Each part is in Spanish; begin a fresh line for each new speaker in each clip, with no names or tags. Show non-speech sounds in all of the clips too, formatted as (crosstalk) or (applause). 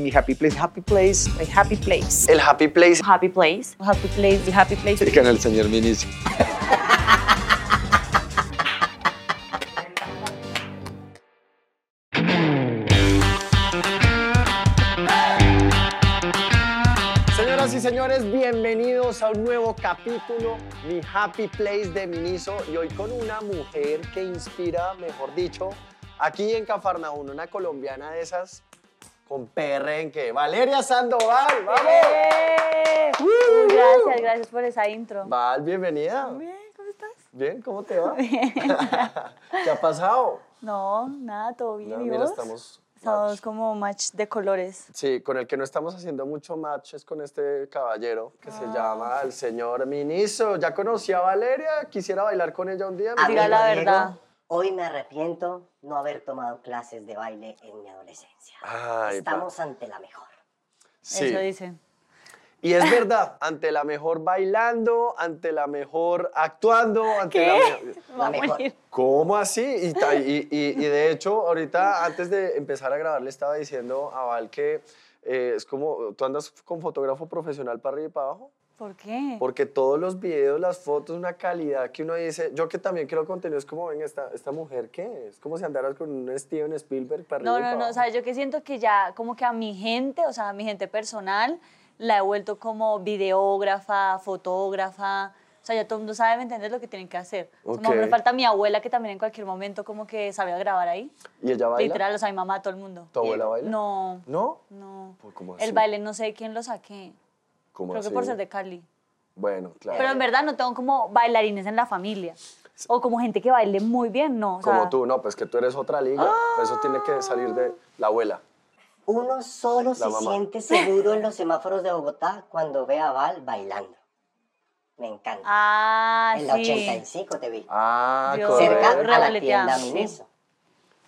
Mi happy place, happy place,
El happy place.
El Happy Place.
Happy place. Happy place. El happy place.
El canal señor Minis. Señoras y señores, bienvenidos a un nuevo capítulo, Mi Happy Place de Miniso, y hoy con una mujer que inspira, mejor dicho, aquí en Cafarnaún, una colombiana de esas con perrenque. Valeria Sandoval, vamos.
¡Eh!
¡Woo!
Gracias, gracias por esa intro.
Val, bienvenida.
Bien, ¿cómo estás?
Bien, ¿cómo te va?
Bien.
(laughs) ¿Qué ha pasado?
No, nada, todo bien.
No,
¿Y
mira,
vos?
estamos match.
Estamos como match de colores.
Sí, con el que no estamos haciendo mucho match es con este caballero que
Ah.
se llama el señor Miniso. Ya conocí a Valeria, quisiera bailar con ella un día.
A
Diga
ver,
la
Diego.
verdad.
Hoy me arrepiento no haber tomado clases de baile en mi adolescencia.
Ay, pues. pa-
Estamos ante la mejor.
sí.
Eso dice.
Y es verdad, ante la mejor bailando, ante la mejor actuando, ante la mejor...
La
Va a
mejor.
morir.
¿Cómo así? Y, ta-
(laughs)
y- y- y de hecho, ahorita antes de empezar a grabar le estaba diciendo a Val que eh, es como, tú andas con fotógrafo profesional para arriba y para abajo,
¿Por qué?
porque todos los videos, las fotos, una calidad que uno dice, yo que también creo contenido, es como, ven, esta, esta mujer, ¿qué? Es como si andaras con un Steven Spielberg para
No,
arriba y para
no, no, o
abajo.
sea, yo que siento que ya como que a mi gente, o sea, a mi gente personal, la he vuelto como videógrafa, fotógrafa, o sea, ya todo el mundo sabe, ¿me entiendes? Lo que tienen que hacer. O sea, más o menos
Ok.
falta mi abuela que también en cualquier momento como que sabía grabar ahí.
¿Y ella baila?
Literal, o sea, mi mamá, todo el mundo.
¿Tu abuela baila?
No,
¿No?
no.
Pues, ¿cómo así?
El baile no sé de quién lo saqué.
¿Cómo
Creo
así?
que por ser de Cali.
Bueno, claro.
Pero en verdad no tengo como bailarines en la familia. O como gente que baile muy bien, no. o sea, ¡Ah!
Como tú, no, pues que tú eres otra liga. Eso tiene que salir de la abuela.
Uno solo se
mamá.
siente seguro en los semáforos de Bogotá cuando ve a Val bailando. Me encanta.
Ah,
en la
sí.
85 te vi.
Ah,
Dios.
correcto.
Cerca a la
Revaleteando,
tienda
sí.
Miniso.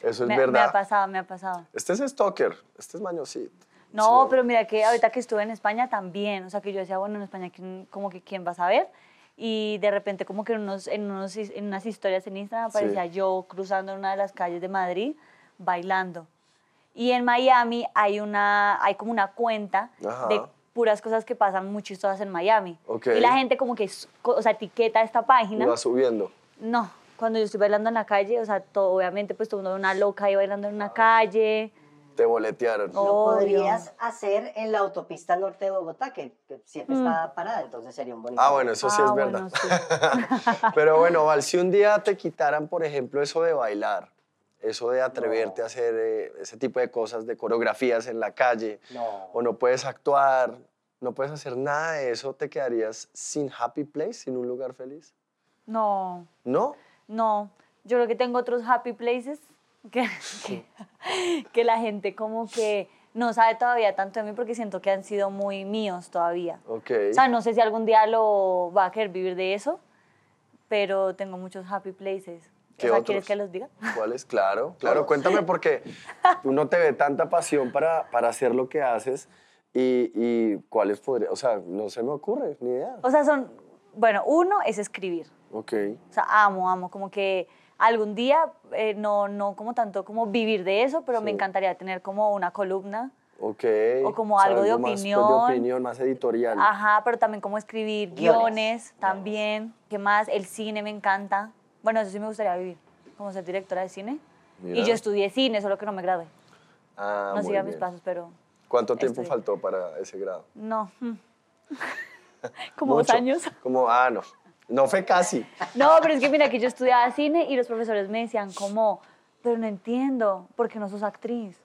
Eso es
Me-
verdad.
me ha pasado, me ha pasado.
Este es stalker, este es mañosito.
No,
Sí.
pero mira que ahorita que estuve en España también, o sea, que yo decía, bueno, en España, ¿quién- como que quién va a saber? Y de repente como que en, unos, en, unos, his- en unas historias en Instagram
Sí.
aparecía yo cruzando en una de las calles de Madrid bailando. Y en Miami hay, una, hay como una cuenta
Ajá.
de puras cosas que pasan muy chistosas en Miami.
Ok.
Y la gente como que s- co- o sea, etiqueta esta página.
Y va subiendo.
No, cuando yo estoy bailando en la calle, o sea, todo, obviamente pues todo el mundo ve una loca ahí bailando en una calle.
Te boletearon.
Oh.
Lo
Obvio.
podrías hacer en la autopista norte de Bogotá, que, que siempre
Mm.
está parada, entonces sería un bonito.
Ah, bueno, eso sí
Ah,
es
bueno,
verdad. (laughs) Pero bueno, Val, si un día te quitaran, por ejemplo, eso de bailar, eso de atreverte a hacer eh, ese tipo de cosas, de coreografías en la calle,
No.
o no puedes actuar, no puedes hacer nada de eso, te quedarías sin happy place, sin un lugar feliz.
No.
¿No?
No, yo creo que tengo otros happy places que, que, (laughs) que la gente como que no sabe todavía tanto de mí porque siento que han sido muy míos todavía.
Ok.
O sea, no sé si algún día lo va a querer vivir de eso, pero tengo muchos happy places.
¿Qué
o sea,
otros?
¿quieres que los diga?
¿Cuáles? Claro, claro. Cuéntame porque tú no te ve tanta pasión para, para hacer lo que haces y, y cuáles podría, o sea, no se me ocurre, ni idea.
O sea, son, bueno, uno es escribir.
Ok,
O sea, amo, amo, como que algún día, eh, no, no como tanto como vivir de eso, pero me
Sí.
encantaría tener como una columna.
ok.
O como
O sea,
algo de
más, pues,
opinión. Ah,
de opinión, más editorial.
Ajá, pero también como escribir guiones,
Guiones.
también. ¿Qué más? El cine me encanta. Bueno, eso sí me gustaría vivir, como ser directora de cine.
Mira.
Y yo estudié cine, solo que no me gradué.
Ah,
no
muy
siga mis
bien.
pasos, pero
¿Cuánto tiempo
Estoy-
faltó para ese grado?
no. (laughs) como dos
Mucho.
años.
Como, ah, no. No fue casi.
No, pero es que mira que yo estudiaba cine y los profesores me decían como, pero no entiendo, ¿por qué no sos actriz?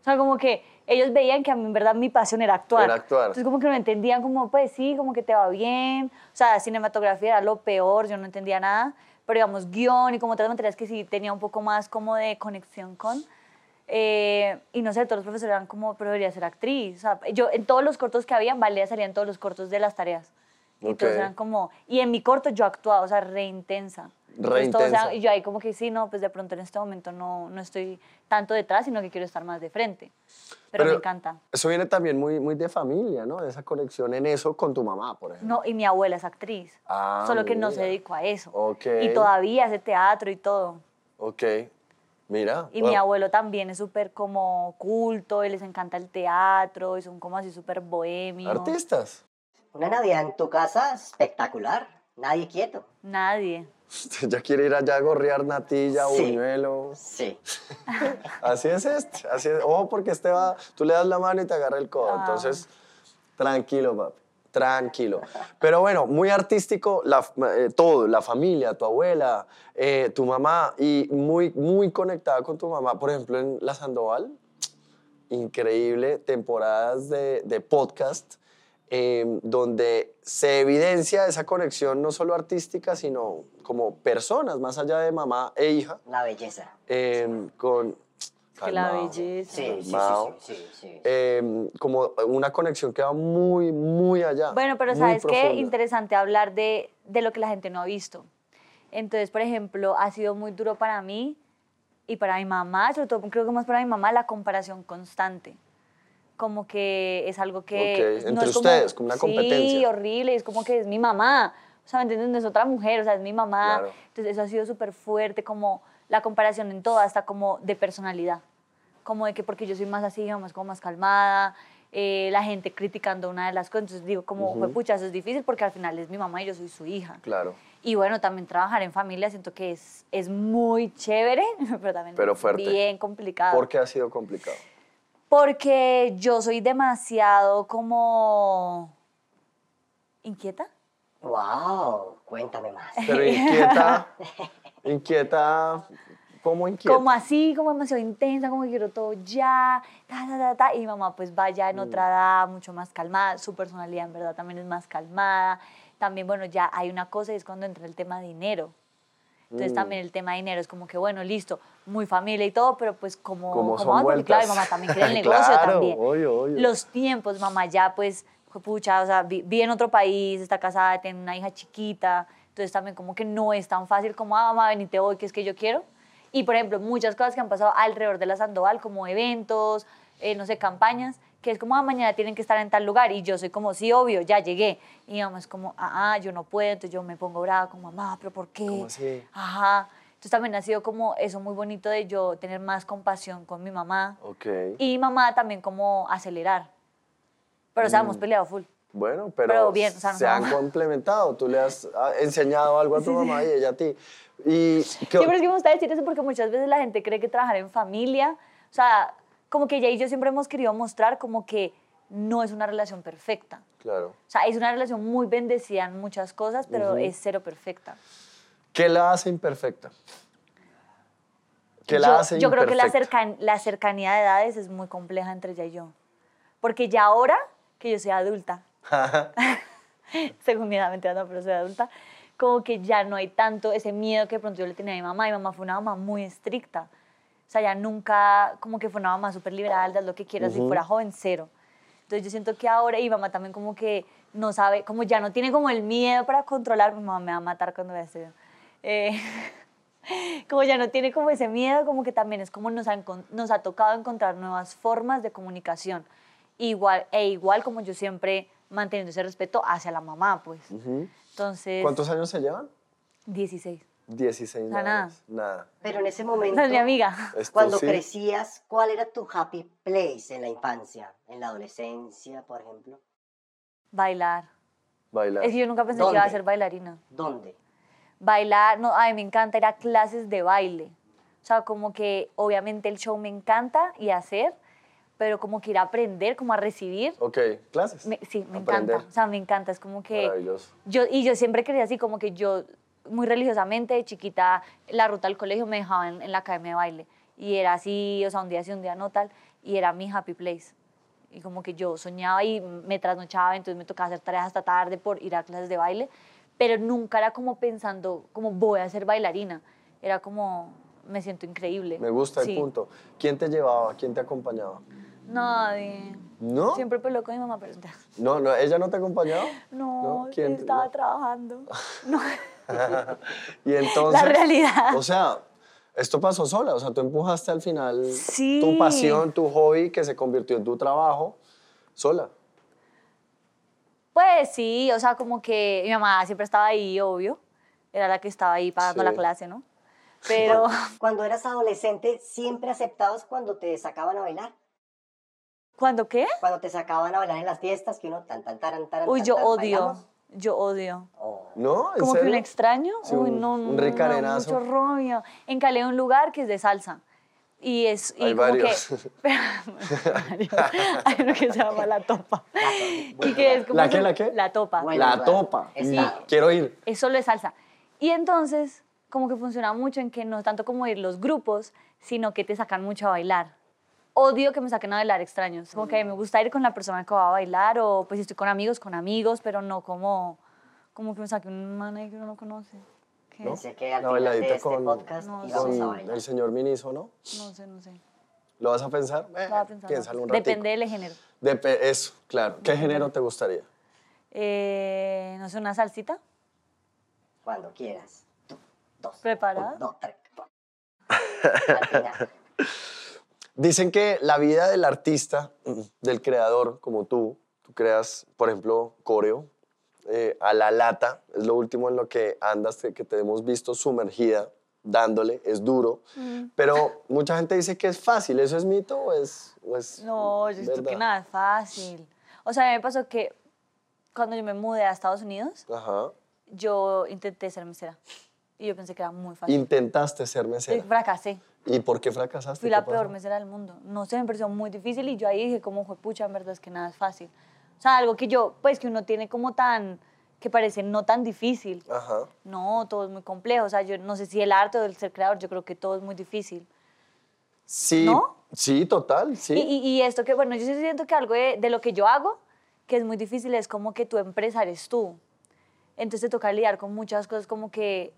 O sea, como que ellos veían que a mí en verdad mi pasión era actuar.
Era actuar.
Entonces como que no entendían como, pues sí, como que te va bien. O sea, cinematografía era lo peor, yo no entendía nada. Pero digamos, guión y como otras materias que sí tenía un poco más como de conexión con. Eh, y no sé, todos los profesores eran como, pero debería ser actriz. O sea, yo en todos los cortos que había, Valeria salía en todos los cortos de las tareas. Y todos
Ok.
eran como, y en mi corto yo actuaba, o sea, re intensa. Entonces, todos
Reintensa.
eran- Y yo ahí como que sí, no, pues de pronto en este momento no, no estoy tanto detrás, sino que quiero estar más de frente. Pero, me encanta.
Eso viene también muy, muy de familia, ¿no? Esa conexión en eso con tu mamá, por ejemplo.
No, y mi abuela es actriz,
Ah,
solo que no se
mira.
dedicó a eso.
Ok.
Y todavía hace teatro y todo.
Ok. Mira.
Y
wow.
mi abuelo también es súper como culto, y les encanta el teatro, y son como así súper bohemios.
Artistas.
Una Navidad en tu casa espectacular. Nadie quieto.
Nadie.
Usted (laughs) ya quiere ir allá a gorrear natilla,
Sí.
buñuelo.
Sí.
Así es este. Así es. Ojo, porque este va. Tú le das la mano y te agarra el codo.
Ah.
Entonces, tranquilo, papi. Tranquilo. Pero bueno, muy artístico la f- eh, todo. La familia, tu abuela, eh, tu mamá. Y muy, muy conectada con tu mamá. Por ejemplo, en La Sandoval. Increíble. Temporadas de, de podcast. eh, donde se evidencia esa conexión no solo artística, sino como personas, más allá de mamá e hija,
La belleza.
em, con...
Es que la
Calmao.
belleza.
Sí, sí, sí,
Pues, Mao.
sí, sí, sí.
Em, como una conexión que va muy, muy allá.
Bueno, pero
muy
¿sabes qué?
profunda.
Interesante hablar de, de lo que la gente no ha visto. Entonces, por ejemplo, ha sido muy duro para mí y para mi mamá, sobre todo creo que más para mi mamá, la comparación constante. Como que es algo que...
Ok,
pues,
entre ustedes, como una
Sí,
competencia.
horrible, es como que es mi mamá. O sea, ¿me entiendes? No es otra mujer, o sea, es mi mamá.
Claro.
Entonces, eso ha sido súper fuerte, como la comparación en todo, hasta como de personalidad. Como de que porque yo soy más así, digamos, como más calmada, eh, la gente criticando una de las cosas. Entonces, digo, como,
Ujú.
fue pucha, eso es difícil porque al final es mi mamá y yo soy su hija.
Claro,
Y bueno, también trabajar en familia siento que es, es muy chévere, (laughs) pero también
Pero fuerte.
bien complicado.
porque ha sido complicado.
Porque yo soy demasiado como inquieta.
Wow, cuéntame más.
Pero inquieta,
(laughs)
inquieta, ¿cómo inquieta?
Como así, como demasiado intensa, como que quiero todo ya, ta, ta, ta, ta. Y mi mamá pues vaya en
Mm.
otra edad, mucho más calmada, su personalidad en verdad también es más calmada. También, bueno, ya hay una cosa y es cuando entra el tema dinero.
Mm.
Entonces también el tema de dinero es como que, bueno, listo, muy familia y todo, pero pues como...
Como son
vamos? Porque, claro, mi
vueltas.
mamá
(laughs)
también quiere el negocio
Claro,
también.
obvio, obvio.
Los tiempos, mamá ya pues, fue pucha, o sea, vi- vive en otro país, está casada, tiene una hija chiquita, entonces también como que no es tan fácil como, ah, mamá, venite hoy, que es que yo quiero. Y, por ejemplo, muchas cosas que han pasado alrededor de la Sandoval, como eventos, eh, no sé, campañas, que es como, ah, mañana tienen que estar en tal lugar. Y yo soy como, sí, obvio, ya llegué. Y mi mamá es como, ah, ah, yo no puedo, entonces yo me pongo brava, como, mamá, pero ¿por qué?
¿Cómo así?
Ajá. Entonces también ha sido como eso muy bonito de yo tener más compasión con mi mamá.
Ok.
Y mi mamá también como acelerar. Pero, o sea,
Mm.
hemos peleado full.
Bueno, pero,
Pero bien, o sea,
se
no.
han complementado. Tú le has ah, enseñado algo a tu mamá y ella a ti. Y ¿qué-
Siempre es que me gusta decir eso porque muchas veces la gente cree que trabajar en familia, o sea, como que ella y yo siempre hemos querido mostrar como que no es una relación perfecta.
Claro.
O sea, es una relación muy bendecida en muchas cosas, pero es cero perfecta.
¿Qué la hace imperfecta? ¿Qué la
yo,
hace
yo creo que la,
imperfecta?
cercan- la cercanía de edades es muy compleja entre ella y yo. Porque ya ahora que yo soy adulta,
(laughs)
(laughs) según mi edad, mentira, no, pero soy adulta, como que ya no hay tanto ese miedo que de pronto yo le tenía a mi mamá. Mi mamá fue una mamá muy estricta. O sea, ya nunca, como que fue una mamá súper liberal, haz lo que quieras, si fuera joven, cero. Entonces yo siento que ahora, y mi mamá también como que no sabe, como ya no tiene como el miedo para controlar, mi mamá me va a matar cuando vea este video. Eh, (laughs) como ya no tiene como ese miedo, como que también es como nos ha, encon- nos ha tocado encontrar nuevas formas de comunicación. Igual, e igual como yo siempre manteniendo ese respeto hacia la mamá, pues. Entonces,
¿Cuántos años se llevan?
(laughs) 16.
16
sea,
nada. más, Nada.
Pero en ese
Esa
momento,
es mi amiga.
Esto
cuando
sí.
crecías, ¿cuál era tu happy place en la infancia? En la adolescencia, por ejemplo.
Bailar.
Bailar.
Es que yo nunca pensé que iba a
¿Dónde?
ser bailarina.
¿Dónde?
Bailar, no, ay, me encanta ir a clases de baile. O sea, como que obviamente el show me encanta y hacer, pero como que ir a aprender, como a recibir.
Ok, clases.
me- sí, me
Aprender.
encanta. O sea, me encanta. Es como que.
Maravilloso.
Yo, y yo siempre creía así, como que yo, muy religiosamente, de chiquita, la ruta al colegio me dejaba en, en la academia de baile. Y era así, o sea, un día sí, un día no tal. Y era mi happy place. Y como que yo soñaba y me trasnochaba, entonces me tocaba hacer tareas hasta tarde por ir a clases de baile. Pero nunca era como pensando, como voy a ser bailarina. Era como, me siento increíble.
Me gusta el
Sí.
punto. ¿Quién te llevaba? ¿Quién te acompañaba?
Nadie.
¿No?
Siempre peló con mi mamá, pero no,
No, no, ¿ella no te
(laughs)
acompañaba?
no,
¿Quién te- (laughs)
estaba trabajando. No. (laughs)
y entonces.
realidad.
O sea, esto pasó sola. O sea, tú empujaste al final
Sí.
tu pasión, tu hobby, que se convirtió en tu trabajo, sola.
Pues sí, o sea, como que mi mamá siempre estaba ahí, obvio. Era la que estaba ahí pagando
Sí. (laughs)
la clase, ¿no? Pero
Cuando eras adolescente, siempre aceptados cuando te sacaban a bailar.
¿cuándo qué?
Cuando te sacaban a bailar en las fiestas, que uno tan tan taran taran.
Uy,
tan,
yo
tan,
odio.
bailamos.
Yo odio.
Oh,
¿No? ¿En
Como que un
serio?
extraño.
Sí,
Uy,
un-
no,
un
no, no,
recarenazo.
mucho rollo. En Cali hay un lugar que es de salsa. Y es. Y
Hay
como
varios.
Que, Varios. (laughs) Hay uno que se llama La Topa. (laughs) y que es como
¿La qué,
su-
la qué?
La Topa.
Bueno.
La topa.
Sí.
Y Quiero ir.
es solo de salsa. Y entonces, como que funciona mucho en que no es tanto como ir los grupos, sino que te sacan mucho a bailar. Odio que me saquen a bailar extraños. Como que me gusta ir con la persona que va a bailar o pues si estoy con amigos, con amigos, pero no como, como que me saque un man ahí que uno no conoce. ¿Qué?
¿No?
No
Pensé que al
La
final de
bailadita
este
con-
podcast
No,
íbamos a
Con
bailar.
Mm, el señor Miniso, ¿no?
sé, no sé.
¿Lo vas a pensar? Eh,
Lo voy a pensar,
Piénsalo un
lo voy a
ratito.
pensar. Depende del género.
eso, claro. ¿Qué género te gustaría?
Eh, no sé, una salsita
Cuando quieras. Tú, dos.
Oh,
preparada.
un, dos, tres,
(laughs)
cuatro. Al final.
Dicen que la vida del artista, mm, del creador, como tú, tú creas, por ejemplo, coreo, eh, a la lata, es lo último en lo que andas, que que te hemos visto sumergida, dándole, es duro,
Mm.
pero mucha gente dice que es fácil, ¿eso es mito o es...? o es
No, yo siento que
verdad?
nada es fácil. O sea, a mí me pasó que cuando yo me mudé a Estados Unidos,
Ajá.
yo intenté ser mesera. Y yo pensé que era muy fácil.
Intentaste ser
Y
mesera.
fracasé.
¿Y por qué fracasaste? ¿Qué
Fui la
pasó?
peor mesera del mundo. No sé, me pareció muy difícil y yo ahí dije, como, pucha, en verdad es que nada es fácil. O sea, algo que yo, pues, que uno tiene como tan, que parece no tan difícil.
Ajá.
No, todo es muy complejo. O sea, yo no sé si el arte o el ser creador, yo creo que todo es muy difícil.
Sí,
¿No?
sí, total, sí.
Y, y- y esto que, bueno, yo sí siento que algo de, de lo que yo hago, que es muy difícil, es como que tu empresa eres tú. Entonces te toca lidiar con muchas cosas como que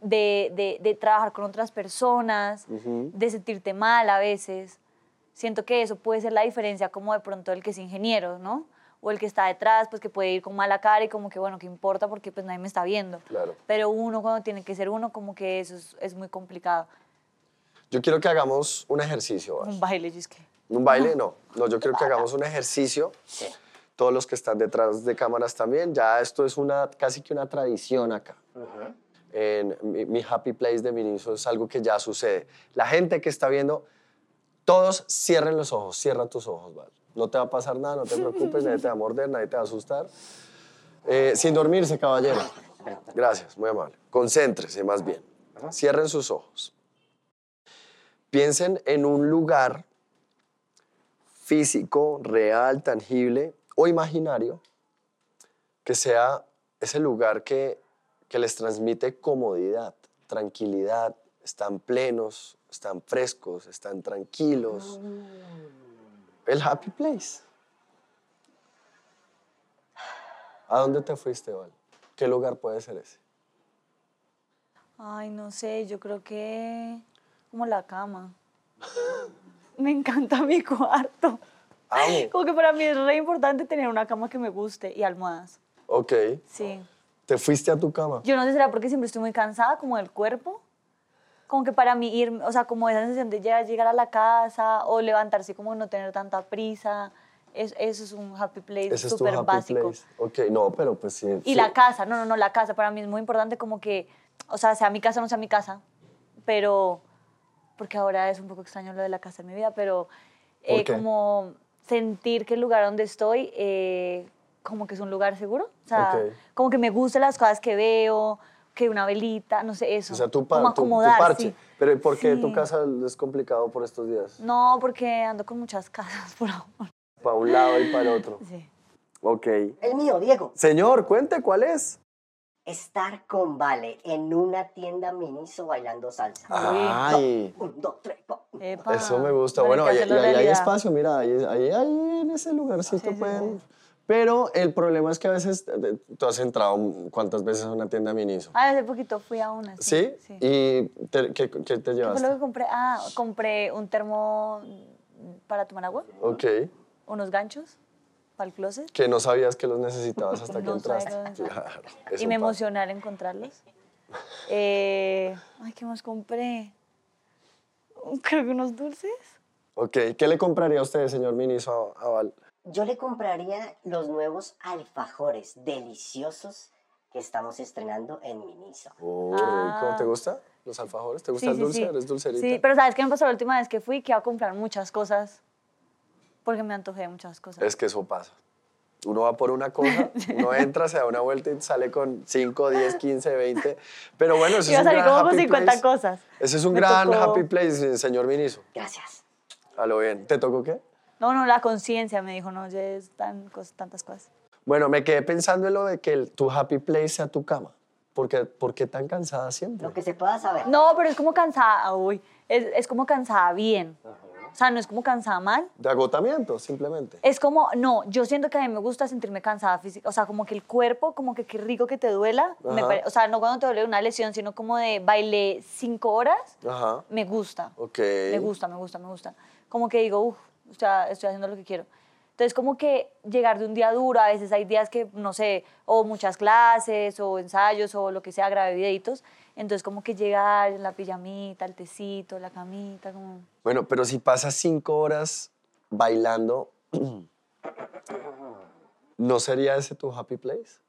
de, de- de trabajar con otras personas, de sentirte mal a veces. Siento que eso puede ser la diferencia como de pronto el que es ingeniero, ¿no? O el que está detrás, pues que puede ir con mala cara y como que, bueno, ¿qué importa? Porque pues nadie me está viendo.
Claro.
Pero uno cuando tiene que ser uno, como que eso es, es muy complicado.
Yo quiero que hagamos un ejercicio. Ash.
Un baile, yo es que...
¿Un baile? No. No, yo quiero que hagamos un ejercicio.
Sí.
Todos los que están detrás de cámaras también. Ya esto es una, casi que una tradición acá.
Ujú.
En mi, mi Happy Place de Vinicio es algo que ya sucede. La gente que está viendo, todos cierren los ojos, cierra tus ojos, Val. No te va a pasar nada, no te preocupes, nadie te va a morder, nadie te va a asustar. Eh, sin dormirse, caballero. Gracias, muy amable. Concéntrese más bien. Cierren sus ojos. Piensen en un lugar físico, real, tangible o imaginario que sea ese lugar que, que les transmite comodidad, tranquilidad, están plenos, están frescos, están tranquilos.
Mm.
El happy place. ¿A dónde te fuiste, Val? ¿Qué lugar puede ser ese?
Ay, no sé, yo creo que como la cama. (laughs) Me encanta mi cuarto.
Amo.
Como que para mí es re importante tener una cama que me guste y almohadas.
Ok.
Sí.
Te fuiste a tu cama.
Yo no sé, será porque siempre estoy muy cansada, como del cuerpo. Como que para mí ir, o sea, como esa sensación de ya llegar a la casa o levantarse como no tener tanta prisa. Es- eso es un happy place
Ese es tu
súper
happy
básico.
place. Ok, no, pero pues sí.
Y la casa, no, no, no, la casa para mí es muy importante como que, o sea, sea mi casa o no sea mi casa, pero, porque ahora es un poco extraño lo de la casa en mi vida, pero eh,
¿Por qué?
como sentir que el lugar donde estoy, eh, como que es un lugar seguro, o sea,
Ok.
como que me gustan las cosas que veo, que una velita, no sé, eso.
O sea, tu, pa-
como
tu- tu
acomodar,
parche.
sí.
Pero ¿por qué tu
Sí.
casa es complicado por estos días?
No, porque ando con muchas casas (laughs) por ahora.
Para un lado y para el otro.
Sí.
Ok.
El mío, Diego.
Señor, cuente cuál es.
Estar con Vale en una tienda Miniso bailando salsa.
Ah.
Ay.
Un, dos, tres, cuatro.
Epa,
Eso me gusta.
pero hay
Bueno,
que
ahí,
hacerlo
ahí hay
realidad.
espacio, mira, ahí, ahí- ahí en ese lugarcito pueden. Pero el problema es que a veces eh, tú has entrado cuántas veces a una tienda Miniso.
Ah, hace poquito fui a una.
¿Sí?
sí.
¿Y te- qué, qué te
¿Qué fue lo
llevaste?
que compré? Ah, compré un termo para tomar agua,
Ok.
unos ganchos para el closet.
Que no sabías que los necesitabas
(laughs)
hasta que
No sabía que
entraste. (laughs)
los necesitaba.
Claro, eso
y me
pasa.
emocioné al encontrarlos. Eh, ay, ¿qué más compré? Oh, Creo que unos dulces.
Ok, ¿qué le compraría a usted, señor Miniso, a, a Val?
Yo le compraría los nuevos alfajores deliciosos que que estamos estrenando en Miniso.
Oh,
Ah.
rico. ¿Te gusta? ¿Los alfajores? ¿Te gusta el dulce? ¿Eres dulcerita?
Sí, pero ¿sabes qué me pasó la última vez que fui? Que iba a comprar muchas cosas. Porque me antojé de muchas cosas.
Es que eso pasa. Uno va por
(laughs)
una cosa, uno entra, se da una vuelta y sale con 5, 10, 15, 20. Pero bueno, eso
Iba
es
a
un
salir
gran
como con
happy
50
place.
cosas.
Ese es un
Me
gran
tocó-
happy place, señor Miniso.
Gracias.
A lo bien. ¿Te tocó qué?
No, no, la conciencia me dijo, no, ya es tan cos- tantas cosas.
Bueno, me quedé pensando en lo de que el- tu happy place sea tu cama. Porque, ¿Por qué tan cansada siempre?
Lo que se pueda saber.
No, pero es como cansada, uy, es, es como cansada bien. O sea, no es como cansada mal.
De agotamiento, simplemente.
Es como, no, yo siento que a mí me gusta sentirme cansada física, o sea, como que el cuerpo, como que qué rico que te duela. Me
Ajá.
pare- o sea, no cuando te duele una lesión, sino como de baile cinco horas,
Ajá.
me gusta.
Ok.
Eh, Me gusta, me gusta, me gusta. Como que digo, uff, o sea, estoy haciendo lo que quiero. Entonces, como que llegar de un día duro, a veces hay días que, no sé, o muchas clases, o ensayos, o lo que sea, grabé videitos. Entonces, como que llegar en la pijamita, el tecito, la camita, como...
Bueno, pero si pasas cinco horas bailando, (clears throat) ¿no sería ese tu happy place?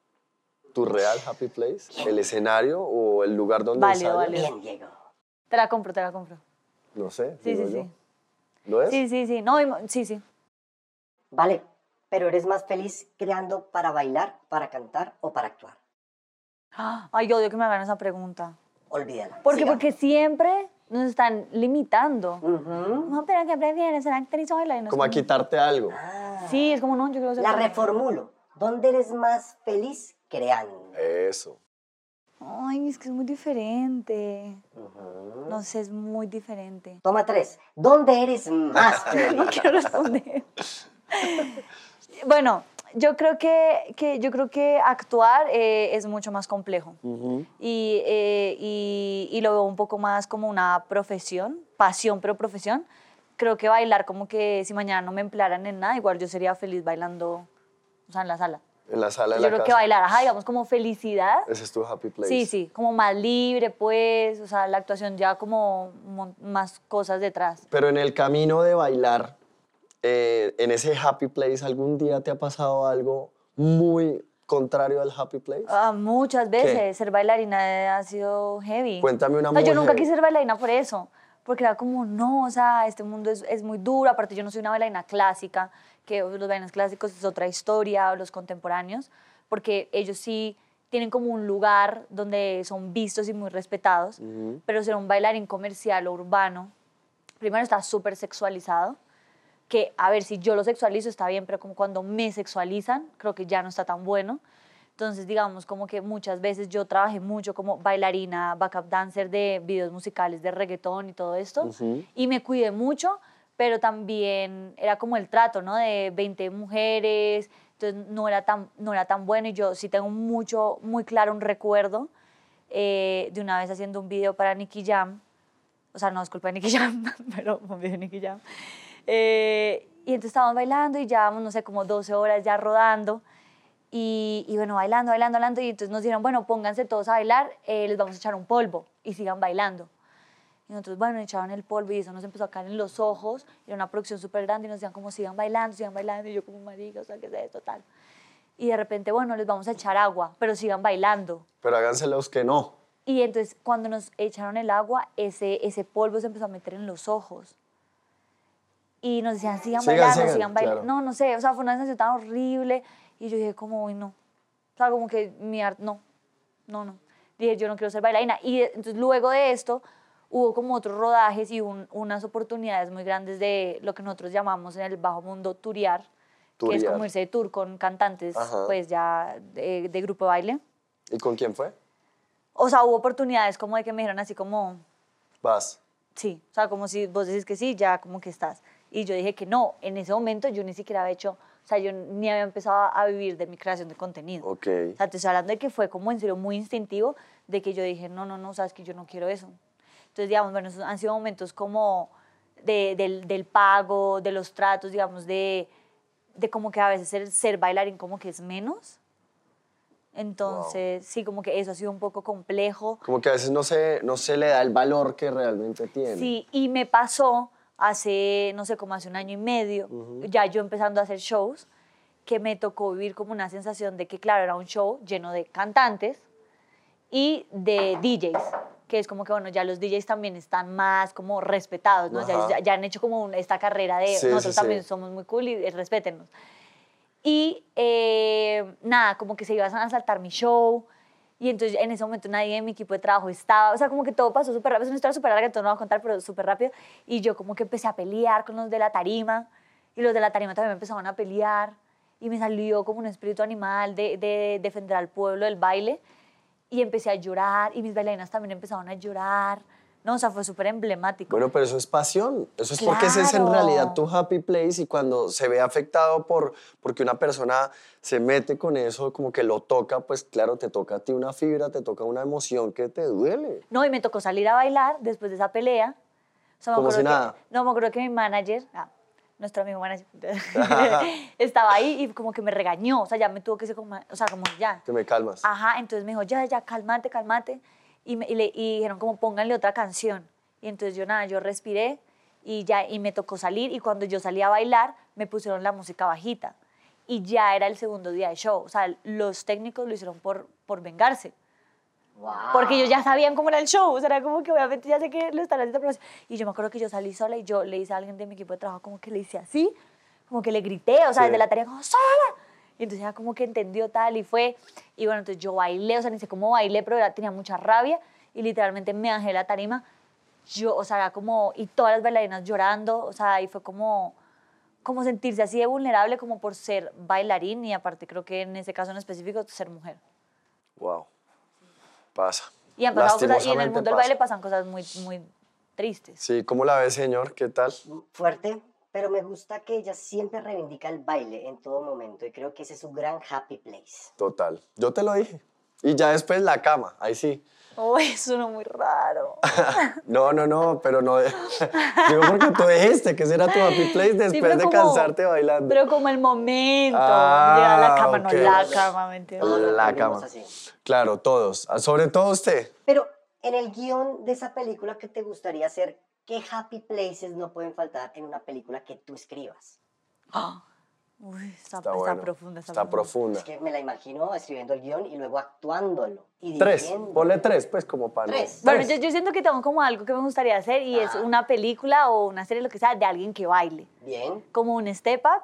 ¿Tu real happy place? ¿El escenario o el lugar donde
Válido,
ensayas?
válido.
Bien, Diego.
Te la compro, te la compro.
No sé,
Sí,
digo
sí,
yo.
sí.
¿Lo es?
Sí, sí, sí. No, y mo- sí, sí. (gasps)
Vale, pero eres más feliz creando para bailar, para cantar o para actuar.
¡Ah! Ay, yo odio que me hagan esa pregunta.
Olvídala.
Porque,
siga.
porque siempre nos están limitando.
Ujú.
No, pero ¿qué prefieres? ¿Ser actriz o bailarina? Es
Como a quitarte algo.
Ah.
Sí, es como, no, yo quiero ser...
La
actriz.
reformulo. ¿Dónde eres más feliz creando?
Eh.
Eso.
Ay, es que es muy
¿Eh?
diferente.
Ujú.
No sé, es muy diferente. (laughs)
Toma tres. ¿Dónde eres más
No
feliz?
quiero responder. bueno, yo creo que, que- yo creo que actuar eh, es mucho más complejo. Y, eh, y- y lo veo un poco más como una profesión, pasión, pero profesión. Creo que bailar, como que si mañana no me emplearan en nada, igual yo sería feliz bailando, o sea, en la sala.
En la sala de
Yo
la
creo que
casa.
bailar, ajá, digamos, como felicidad.
Ese es tu happy place.
Sí, sí, como más libre, pues, o sea, la actuación ya como mon- más cosas detrás.
Pero en el camino de bailar, eh, en ese happy place, ¿algún día te ha pasado algo muy contrario al happy place?
Ah, muchas veces ser bailarina ha sido heavy.
Cuéntame una
No, yo
muy
nunca
heavy.
quise ser bailarina por eso, porque era como, no, o sea, este mundo es, es muy duro, aparte yo no soy una bailarina clásica, que los bailarinas clásicos es otra historia, o los contemporáneos, porque ellos sí tienen como un lugar donde son vistos y muy respetados, pero ser un bailarín comercial o urbano, primero está súper sexualizado, que, a ver, si yo lo sexualizo está bien, pero como cuando me sexualizan, creo que ya no está tan bueno. Entonces, digamos, como que muchas veces yo trabajé mucho como bailarina, backup dancer de videos musicales, de reggaetón y todo esto, y me cuidé mucho, pero también era como el trato, ¿no? De 20 mujeres, entonces no era tan, no era tan bueno y yo sí tengo mucho, muy claro un recuerdo eh, de una vez haciendo un video para Nicky Jam, o sea, no es culpa de Nicky Jam, (laughs) pero un video de Nicky Jam. Eh, y entonces estábamos bailando y llevábamos, no sé, como 12 horas ya rodando. Y, y bueno, bailando, bailando, bailando. Y entonces nos dijeron, bueno, pónganse todos a bailar, eh, les vamos a echar un polvo y sigan bailando. Y nosotros, bueno, echaron el polvo y eso nos empezó a caer en los ojos. Era una producción súper grande y nos decían como sigan bailando, sigan bailando. Y yo como, marica, o sea, ¿qué es esto? Tal. Y de repente, bueno, les vamos a echar agua, pero sigan bailando.
Pero háganse los que no.
Y entonces cuando nos echaron el agua, ese, ese polvo se empezó a meter en los ojos. Y nos decían, sigan
Sigan,
bailando,
sigan",
sigan, bailando.
claro.
No, no sé, o sea, fue una sensación tan horrible. Y yo dije, como, uy, no. O sea, como que mi arte, no, no, no. Dije, yo no quiero ser bailarina. Y eh, entonces luego de esto hubo como otros rodajes y un- unas oportunidades muy grandes de lo que nosotros llamamos en el bajo mundo turear, que es
Turear.
como irse de tour con cantantes,
Ajá.
pues ya de, de grupo de baile.
¿Y con quién fue?
O sea, hubo oportunidades como de que me dijeron así como,
Vas.
sí, o sea, como si vos decís que sí, ya como que estás. Y yo dije que no, en ese momento yo ni siquiera había hecho, o sea, yo ni había empezado a vivir de mi creación de contenido.
Ok.
O sea, te estoy hablando de que fue como en serio muy instintivo, de que yo dije, no, no, no, sabes que yo no quiero eso. Entonces, digamos, bueno, esos han sido momentos como de- del, del pago, de los tratos, digamos, de, de como que a veces ser, ser bailarín como que es menos. Entonces, sí, como que eso ha sido un poco complejo.
Como que a veces no se, no se le da el valor que realmente tiene.
Sí, y me pasó hace, no sé, como hace un año y medio, ya yo empezando a hacer shows, que me tocó vivir como una sensación de que, claro, era un show lleno de cantantes y de DJs, que es como que, bueno, ya los DJs también están más como respetados, ¿no? Ya,
Ajá.
ya- ya han hecho como un- esta carrera de
Sí,
nosotros
sí, sí.
también somos muy cool y eh, respétennos. Y eh, nada, como que se iban a saltar mi show. Y entonces en ese momento nadie de mi equipo de trabajo estaba. O sea, como que todo pasó súper rápido. Es una historia súper larga, entonces no voy a contar, pero súper rápido. Y yo como que empecé a pelear con los de la tarima. Y los de la tarima también me empezaron a pelear. Y me salió como un espíritu animal de, de defender al pueblo del baile. Y empecé a llorar. Y mis bailarinas también empezaron a llorar. No, o sea, fue súper emblemático.
Bueno, pero eso es pasión. Eso es porque ese es en
Claro.
realidad tu happy place y cuando se ve afectado por porque una persona se mete con eso, como que lo toca, pues claro, te toca a ti una fibra, te toca una emoción que te duele.
No, y me tocó salir a bailar después de esa pelea. O sea, me
Como
acuerdo
si
que-
nada.
no, me acuerdo que mi manager, ah, nuestro amigo manager, (laughs) estaba ahí y como que me regañó. O sea, ya me tuvo que decir, como, o sea, como ya.
Te me calmas.
Ajá, entonces me dijo, ya, ya, cálmate, cálmate. Y, me- y le, y dijeron, como, pónganle otra canción. Y entonces yo nada, yo respiré y ya, y me tocó salir. Y cuando yo salí a bailar, me pusieron la música bajita. Y ya era el segundo día de show. O sea, los técnicos lo hicieron por, por vengarse.
Wow.
Porque ellos ya sabían cómo era el show, o sea, era como que obviamente ya sé que lo están haciendo. pero- Y yo me acuerdo que yo salí sola y yo le hice a alguien de mi equipo de trabajo como que le hice así, como que le grité, o
Sí.
sea, desde la tarea como sola. Y entonces ya como que entendió tal y fue. Y bueno, entonces yo bailé, o sea, ni sé cómo bailé, pero era- tenía mucha rabia y literalmente me bajé de la tarima. Yo, o sea, era como, y todas las bailarinas llorando, o sea, y fue como, como sentirse así de vulnerable como por ser bailarín y aparte creo que en ese caso en específico ser mujer.
Wow. Pasa.
Y, han pasado cosas- y en el
Lastimosamente
mundo del
pasa.
baile pasan cosas muy, muy tristes.
Sí, ¿cómo la ves, señor? ¿Qué tal?
fuerte, pero me gusta que ella siempre reivindica el baile en todo momento y creo que ese es su gran happy place.
Total. Yo te lo dije. Y ya después la cama, ahí sí.
(laughs) Oh, es uno muy raro.
No, no, no, pero no. (laughs) Digo porque tú dijiste que ese era tu happy place después
Sí, pero
de
como-
cansarte bailando.
(laughs) Pero como el momento.
Ah,
Llega la cama,
ok.
no la cama, ¿me entiendes?
Todos lo
La
entendimos
cama.
así.
Claro, todos. Ah, Sobre todo usted.
Pero en el guión de esa película que te gustaría hacer, ¿qué happy places no pueden faltar en una película que tú escribas?
¡Ah! Uy,
Ah. Está,
está, está
bueno.
profunda. Está,
Está profunda.
Es que me la imagino escribiendo el guión y luego actuándolo. Y
Tres.
dirigiendo.
Ponle tres, pues, como para. no-
Tres.
Bueno, yo, yo siento que tengo como algo que me gustaría hacer y es
Ah.
una película o una serie, lo que sea, de alguien que baile.
Bien.
Como un step up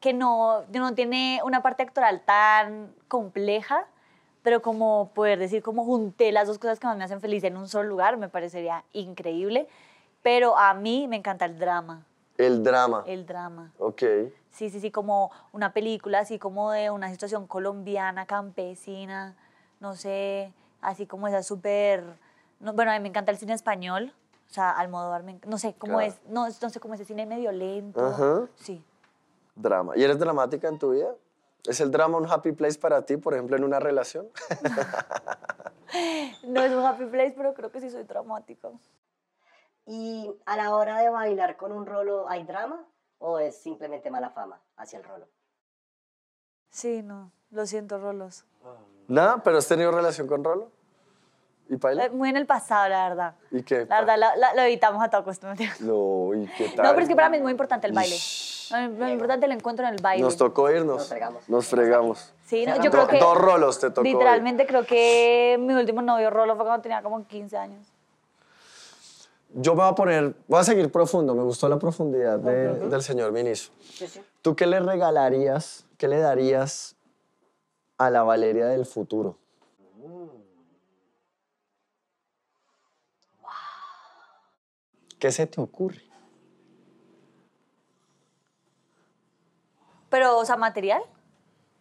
que no, no tiene una parte actoral tan compleja, pero como poder decir, como junté las dos cosas que más me hacen feliz en un solo lugar, me parecería increíble. Pero a mí me encanta el drama,
El drama.
el drama.
Ok.
Sí, sí, sí, como una película así como de una situación colombiana, campesina, no sé, así como esa súper... no, bueno, a mí me encanta el cine español, o sea, Almodóvar, me enc- no sé, cómo
Claro.
es, no, no sé cómo ese cine medio lento.
Ajá.
Sí.
Drama. ¿Y eres dramática en tu vida? ¿Es el drama un happy place para ti, por ejemplo, en una relación?
No es un happy place, pero creo que sí soy traumática.
¿Y a la hora de bailar con un rolo hay drama o es simplemente mala fama hacia el rolo?
Sí, no, lo siento, Rolos.
Nada, pero has tenido relación con Rolo. ¿Y
Eh,
Paila?
Muy en el pasado, la verdad.
¿Y qué?
La verdad, la- la- lo evitamos a todo costo. No, mentira.
No, ¿y qué tal?
No, pero es que para mí es muy importante el baile.
Ish.
Lo lo importante es el encuentro en el baile.
Nos tocó irnos.
Nos fregamos.
Nos fregamos.
Sí, no,
Do-
yo creo que...
Dos rolos te tocó. ir.
Literalmente creo que mi último novio Rolo fue cuando tenía como 15 años.
Yo me voy a poner, voy a seguir profundo, me gustó la profundidad de- del señor ministro.
Sí, sí.
¿Tú qué le regalarías, qué le darías a la Valeria del futuro? ¿Qué se te ocurre?
Pero, o sea, material.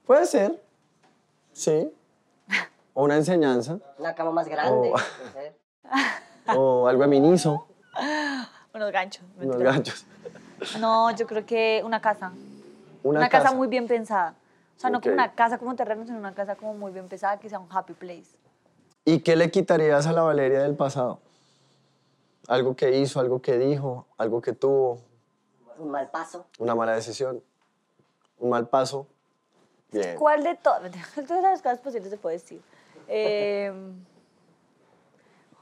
Puede ser, sí, o una enseñanza,
Una cama más grande.
Oh.
no sé.
o algo de
(laughs)
miniso,
Unos ganchos.
unos
mentira.
ganchos,
No, yo creo que una casa.
una,
Una, casa. muy bien pensada. O sea, no como
Ok.
una casa como terreno, sino una casa como muy bien pensada que sea un happy place.
¿Y qué le quitarías a la Valeria del pasado? Algo que hizo, algo que dijo, algo que tuvo,
Un mal paso.
una mala decisión, un mal paso. Bien.
¿Cuál de todas? mentira, (laughs) Todas las cosas posibles se puede decir. Eh,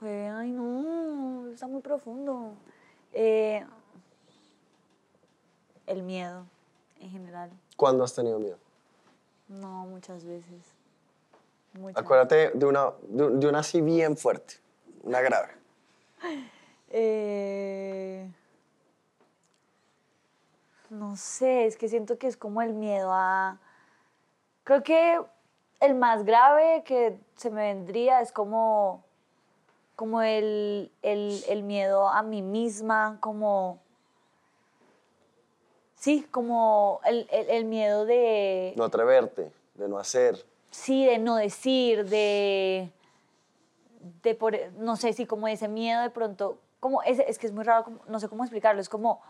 jue- ay, no, está muy profundo. Eh, el miedo, en general.
¿Cuándo has tenido miedo?
No, muchas veces. Muchas.
Acuérdate de una, de, de una así bien fuerte, una grave.
Eh, no sé, es que siento que es como el miedo a... Creo que el más grave que se me vendría es como, como el, el- el miedo a mí misma, como... Sí, como el, el- el miedo de...
No atreverte, de no hacer.
Sí, de no decir, de, de por, no sé si como ese miedo de pronto, como ese- es que es muy raro, como- no sé cómo explicarlo, es como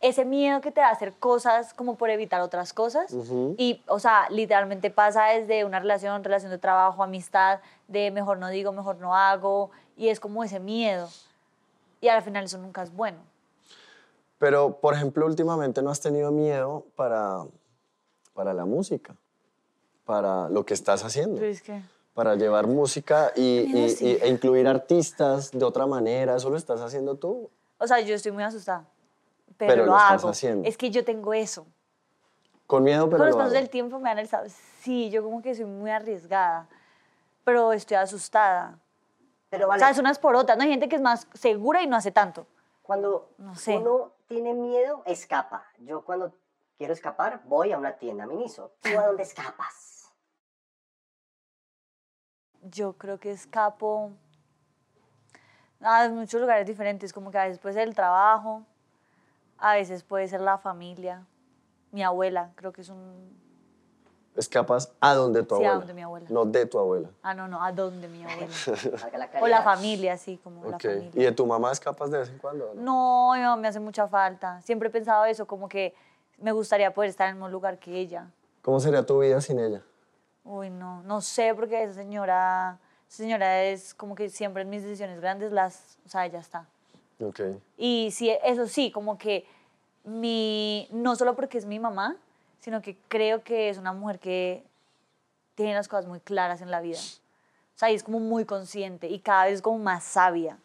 ese miedo que te da a hacer cosas como por evitar otras cosas.
Ujú.
Y, o sea, literalmente pasa desde una relación, relación de trabajo, amistad, de mejor no digo, mejor no hago, y es como ese miedo. Y al final eso nunca es bueno.
Pero, por ejemplo, últimamente no has tenido miedo para, para la música, para lo que estás haciendo.
Pero es que...
para llevar música y,
Miedo,
y-
sí.
y- e incluir artistas de otra manera. Eso lo estás haciendo tú.
O sea, yo estoy muy asustada, pero,
Pero
lo,
lo estás
hago.
haciendo.
Es que yo tengo eso.
Con miedo, pero
con los
lo
pasos
hago.
del tiempo me dan el sabor. Sí, yo como que soy muy arriesgada, pero estoy asustada.
Pero
O
vale,
sea, es unas por otras. No hay gente que es más segura y no hace tanto.
cuando
No sé.
uno tiene miedo, escapa. Yo cuando quiero escapar, voy a una tienda Miniso. ¿Tú a
(laughs)
dónde escapas?
Yo creo que escapo a muchos lugares diferentes, como que a veces puede ser el trabajo, a veces puede ser la familia, mi abuela, creo que es un...
Escapas a donde tu
Sí, a
abuela.
donde mi abuela.
No de tu abuela.
Ah, no, no, a dónde mi
(laughs)
abuela.
Valga la
O la
claridad.
familia, sí, como la
Ok.
familia.
¿Y de tu mamá escapas de vez en cuando? o no?
No, mi mamá me hace mucha falta. Siempre he pensado eso, como que me gustaría poder estar en el mismo lugar que ella.
¿Cómo sería tu vida sin ella?
Uy, no, no sé, porque esa señora, esa señora es como que siempre en mis decisiones grandes las, o sea, ella está.
Ok.
Y sí, eso sí, como que mi, no solo porque es mi mamá, sino que creo que es una mujer que tiene las cosas muy claras en la vida. O sea, y es como muy consciente y cada vez es como más sabia.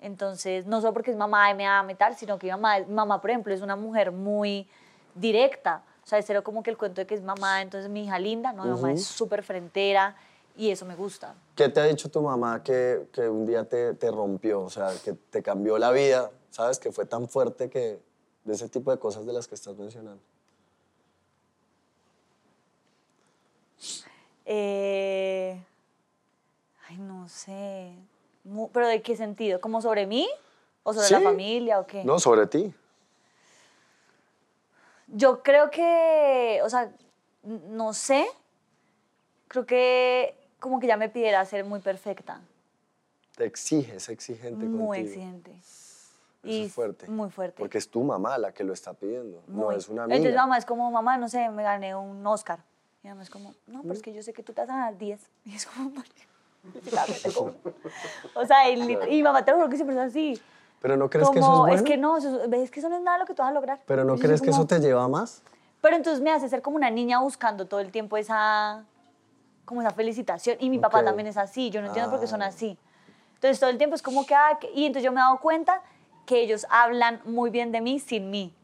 Entonces, no solo porque es mamá y me ama y tal, sino que mi mamá, mi mamá, por ejemplo, es una mujer muy directa. O sea, es cero como que el cuento de que es mamá, entonces mi hija linda, no, mi mamá es súper frentera y eso me gusta.
¿Qué te ha dicho tu mamá que, que un día te, te rompió? O sea, que te cambió la vida. ¿Sabes? Que fue tan fuerte que. De ese tipo de cosas de las que estás mencionando.
Eh, ay, no sé. Mu- ¿Pero de qué sentido? ¿Como sobre mí? ¿O sobre la
Sí.
familia o qué?
No, sobre ti.
Yo creo que, o sea, n- no sé. Creo que como que ya me pidiera ser muy perfecta,
Te exige, es exigente
muy
contigo.
exigente.
Eso es fuerte.
Muy fuerte.
Porque es tu mamá la que lo está pidiendo, no
muy.
es una amiga.
Entonces mi mamá es como, mamá, no sé, me gané un Oscar. Y mi mamá es como, no, pero es que yo sé que tú te vas a ganar 10. Y es como, "Marica, (laughs) claramente como". O sea, y, lit- y mamá te lo juro que siempre es así.
Pero no crees
como,
que eso es bueno.
que no, eso- ves que eso no es nada lo que tú vas a lograr.
Pero no
Y yo soy
crees que
como-
eso te lleva a más.
Pero entonces me hace ser como una niña buscando todo el tiempo esa, como esa felicitación. Y mi papá
Ok.
también es así, yo no entiendo por qué son
Ah.
así. Entonces todo el tiempo es como que, ah, que- y entonces yo me he dado cuenta que ellos hablan muy bien de mí sin mí.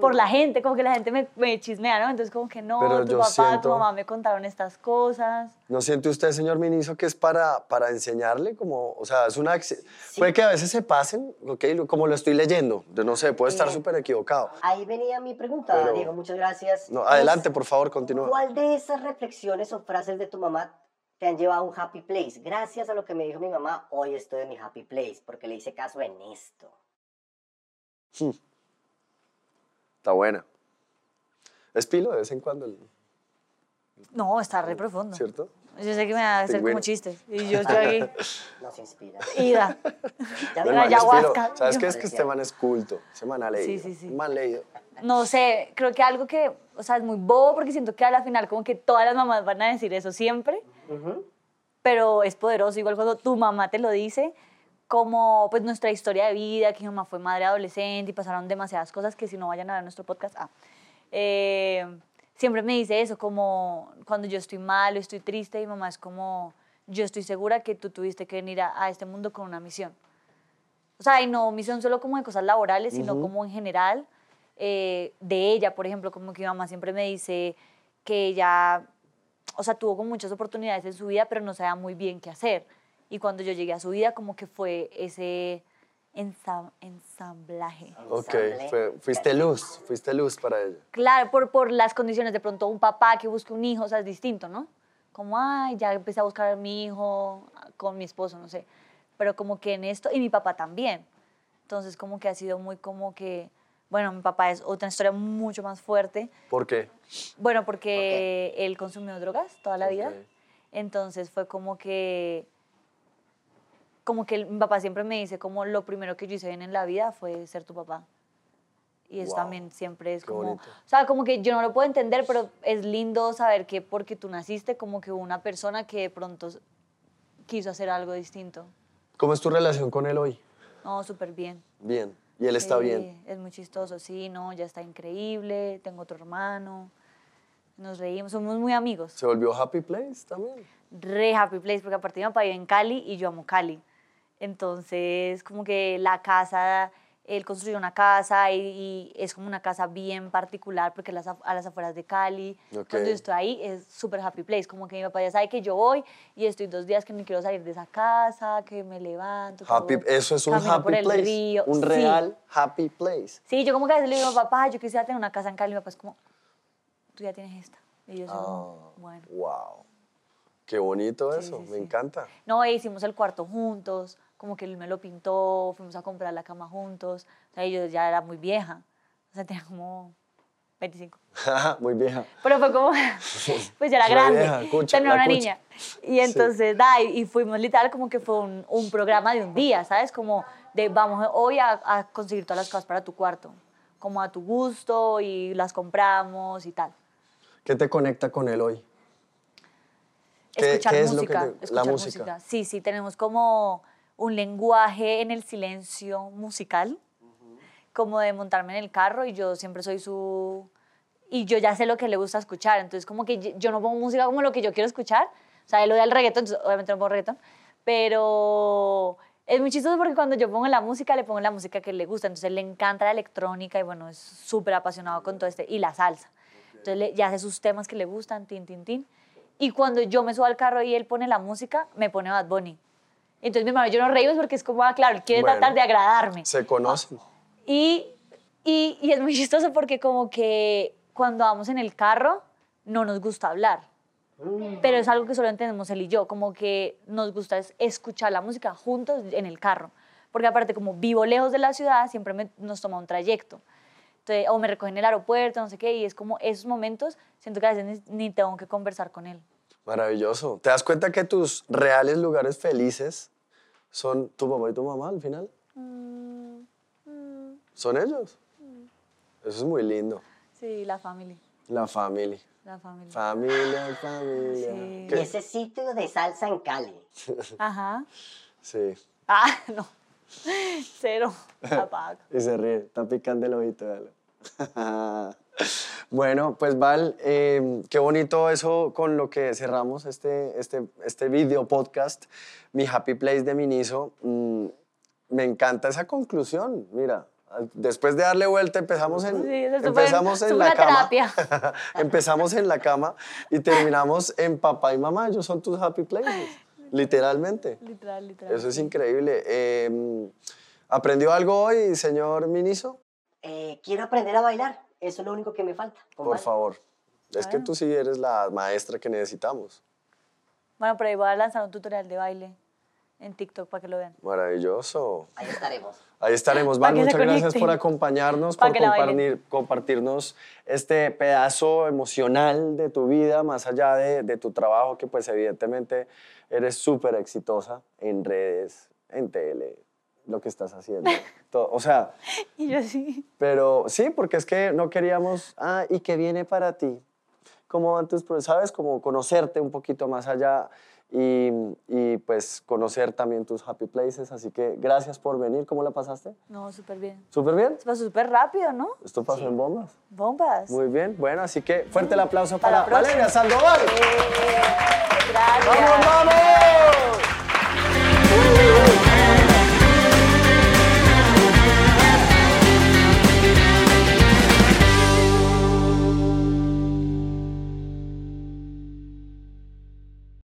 Por la gente, como que la gente me, me chismea, ¿no? Entonces como que no,
Pero
tu
yo
papá, tu
siento-
mamá me contaron estas cosas.
¿No siente usted, señor ministro, que es para, para enseñarle? Como, o sea, es una... acci- Puede que a veces se pasen, ok, lo- como lo estoy leyendo. Yo no sé, puedo estar
Eh,
súper equivocado.
Ahí venía mi pregunta,
Pero-
Diego. Muchas gracias.
Pues
No, adelante, por favor, continúa.
¿Cuál de esas reflexiones o frases de tu mamá te han llevado a un happy place? Gracias a lo que me dijo mi mamá, hoy estoy en mi happy place porque le hice caso en esto.
Está buena. Es pilo de vez en cuando, el-
No, está re profundo.
Mm, ¿cierto?
Yo sé que me va a hacer como
Pingüino.
chistes. Y yo estoy
(laughs)
aquí,
Nos inspira.
ida.
Ya
El
Una
man es pilo.
ayahuasca.
¿Sabes qué? Es
Yo-
que este man es culto. Este man ha leído.
sí, sí.
Man leído.
No sé, creo que algo que, o sea, es muy bobo porque siento que a la final como que todas las mamás van a decir eso siempre,
Ujú.
pero es poderoso, igual cuando tu mamá te lo dice, como pues nuestra historia de vida, que mi mamá fue madre adolescente y pasaron demasiadas cosas que si no vayan a ver nuestro podcast, ah, eh, siempre me dice eso, como cuando yo estoy mal o estoy triste, mi mamá es como, yo estoy segura que tú tuviste que venir a- a este mundo con una misión. O sea, y no misión solo como de cosas laborales, sino como en general eh, de ella, por ejemplo, como que mi mamá siempre me dice, que ella, o sea, tuvo como muchas oportunidades en su vida, pero no sabía muy bien qué hacer. Y cuando yo llegué a su vida, como que fue ese ensam- ensamblaje.
Ok,
Ensamble.
fue- fuiste luz, fuiste luz para ella.
Claro, por, por las condiciones, de pronto un papá que busque un hijo, o sea, es distinto, ¿no? Como, ay, ya empecé a buscar a mi hijo con mi esposo, no sé. Pero como que en esto, y mi papá también. Entonces como que ha sido muy como que, bueno, mi papá es otra historia mucho más fuerte.
¿Por qué?
Bueno, porque él consumió drogas toda la vida.
Ok.
Entonces fue como que, como que el- mi papá siempre me dice como lo primero que yo hice bien en la vida fue ser tu papá. Y eso
Wow,
también siempre es
qué
como,
bonito.
o sea, como que yo no lo puedo entender, pero es lindo saber que porque tú naciste como que hubo una persona que de pronto s- quiso hacer algo distinto.
¿Cómo es tu relación con él hoy?
No, súper bien.
Bien. Y él está
Sí,
bien.
Es muy chistoso, sí, no, ya está increíble, tengo otro hermano, nos reímos, somos muy amigos.
¿Se volvió Happy Place también?
re happy place, porque aparte mi papá vive en Cali y yo amo Cali. Entonces, como que la casa, él construyó una casa y, y es como una casa bien particular porque las, af- a las afueras de Cali.
Ok.
Cuando yo estoy ahí es súper happy place, como que mi papá ya sabe que yo voy y estoy dos días que no quiero salir de esa casa, que me levanto. que
Happy,
voy,
eso es un
camino por
Happy
el
Place.
río.
Un
Sí.
real Happy Place.
Sí, yo como que a veces le digo, papá, yo quisiera tener una casa en Cali. Mi papá es como, tú ya tienes esta. Y yo soy como,
Ah,
bueno.
Wow. Qué bonito
Sí,
eso,
sí,
me
sí.
encanta. (laughs)
No, e hicimos el cuarto juntos, como que él me lo pintó, fuimos a comprar la cama juntos. O sea, yo ya era muy vieja, o sea, tenía como 25.
Muy vieja.
Pero fue como, (laughs) pues ya
(laughs) La
era grande,
vieja, cucha,
también
la
era una
cucha.
niña. Y entonces, da, y, y fuimos literal como que fue un, un programa de un día, ¿sabes? Como de vamos hoy a, a conseguir todas las cosas para tu cuarto, como a tu gusto y las compramos y tal.
¿Qué te conecta con él hoy? ¿Qué-
escuchar
qué es lo que
música.
te- la
escuchar
música?
Sí, sí, tenemos como un lenguaje en el silencio musical, como de montarme en el carro y yo siempre soy su... Y yo ya sé lo que le gusta escuchar, entonces como que yo- yo no pongo música como lo que yo quiero escuchar, o sea, él odia el reggaetón, entonces obviamente no pongo reggaetón, pero es muy chistoso porque cuando yo pongo la música, le pongo la música que le gusta, entonces le encanta la electrónica y bueno, es súper apasionado con todo este, y la salsa. Entonces le- ya hace sus temas que le gustan, tin, tin, tin. Y cuando yo me subo al carro y él pone la música, me pone Bad Bunny. Entonces, mi hermano, yo no reímos porque es como, ah, claro, él quiere
Bueno.
tratar de agradarme.
Se conocen.
Y, y, y es muy chistoso porque como que cuando vamos en el carro, no nos gusta hablar. Pero es algo que solo entendemos él y yo, como que nos gusta es escuchar la música juntos en el carro. Porque aparte, como vivo lejos de la ciudad, siempre me- nos toma un trayecto. Entonces, o me recogen en el aeropuerto, no sé qué, y es como esos momentos, siento que a veces ni, ni tengo que conversar con él.
Maravilloso. ¿Te das cuenta que tus reales lugares felices son tu papá y tu mamá al final?
Mm,
Son ellos. Eso es muy lindo.
Sí, la familia,
La familia.
la familia.
Familia, familia.
Sí.
Y
¿Qué?
ese sitio de salsa en Cali.
Ajá.
Sí.
Ah, (laughs) no. Cero. Apago.
Y se ríe, está picando el ojito. véalo. (laughs) bueno, pues Val, eh, qué bonito eso con lo que cerramos este, este, este video podcast, Mi Happy Place de Miniso. Mm, me encanta esa conclusión, mira. Después de darle vuelta empezamos en,
Sí, eso fue-
empezamos
eso
en
fue
la
una
cama.
terapia.
(laughs) empezamos en la cama y terminamos en papá y mamá. Ellos son tus happy places, literalmente.
Literal, literal.
Eso es increíble. Eh, ¿Aprendió algo hoy, señor Miniso?
Eh, quiero aprender a bailar. Eso es lo único que me falta. con
Por
Val.
favor. Es que
Claro.
tú sí eres la maestra que necesitamos.
Bueno, pero ahí voy a lanzar un tutorial de baile en TikTok para que lo vean.
Maravilloso.
Ahí estaremos.
Ahí
(gasps)
estaremos,
Pa'
Val.
que se
Muchas gracias
conecten.
por acompañarnos,
Pa'
por
que la bailen.
compartir- compartirnos este pedazo emocional de tu vida, más allá de, de tu trabajo, que pues evidentemente eres súper exitosa en redes, en tele, lo que estás
(laughs)
haciendo. todo. O sea,
(laughs) Y yo sí.
Pero sí, porque es que no queríamos, ah, ¿y qué viene para ti? ¿Cómo van tus pro- ¿Sabes? Como conocerte un poquito más allá y, y, pues conocer también tus happy places. Así que gracias por venir. ¿Cómo la pasaste?
No, súper bien.
¿Súper bien?
Se pasó súper rápido, ¿no?
Esto pasó en bombas.
Bombas.
Muy bien. Bueno, así que fuerte el aplauso para,
Para la próxima.
Valeria Sandoval.
Gracias.
¡Vamos, vamos!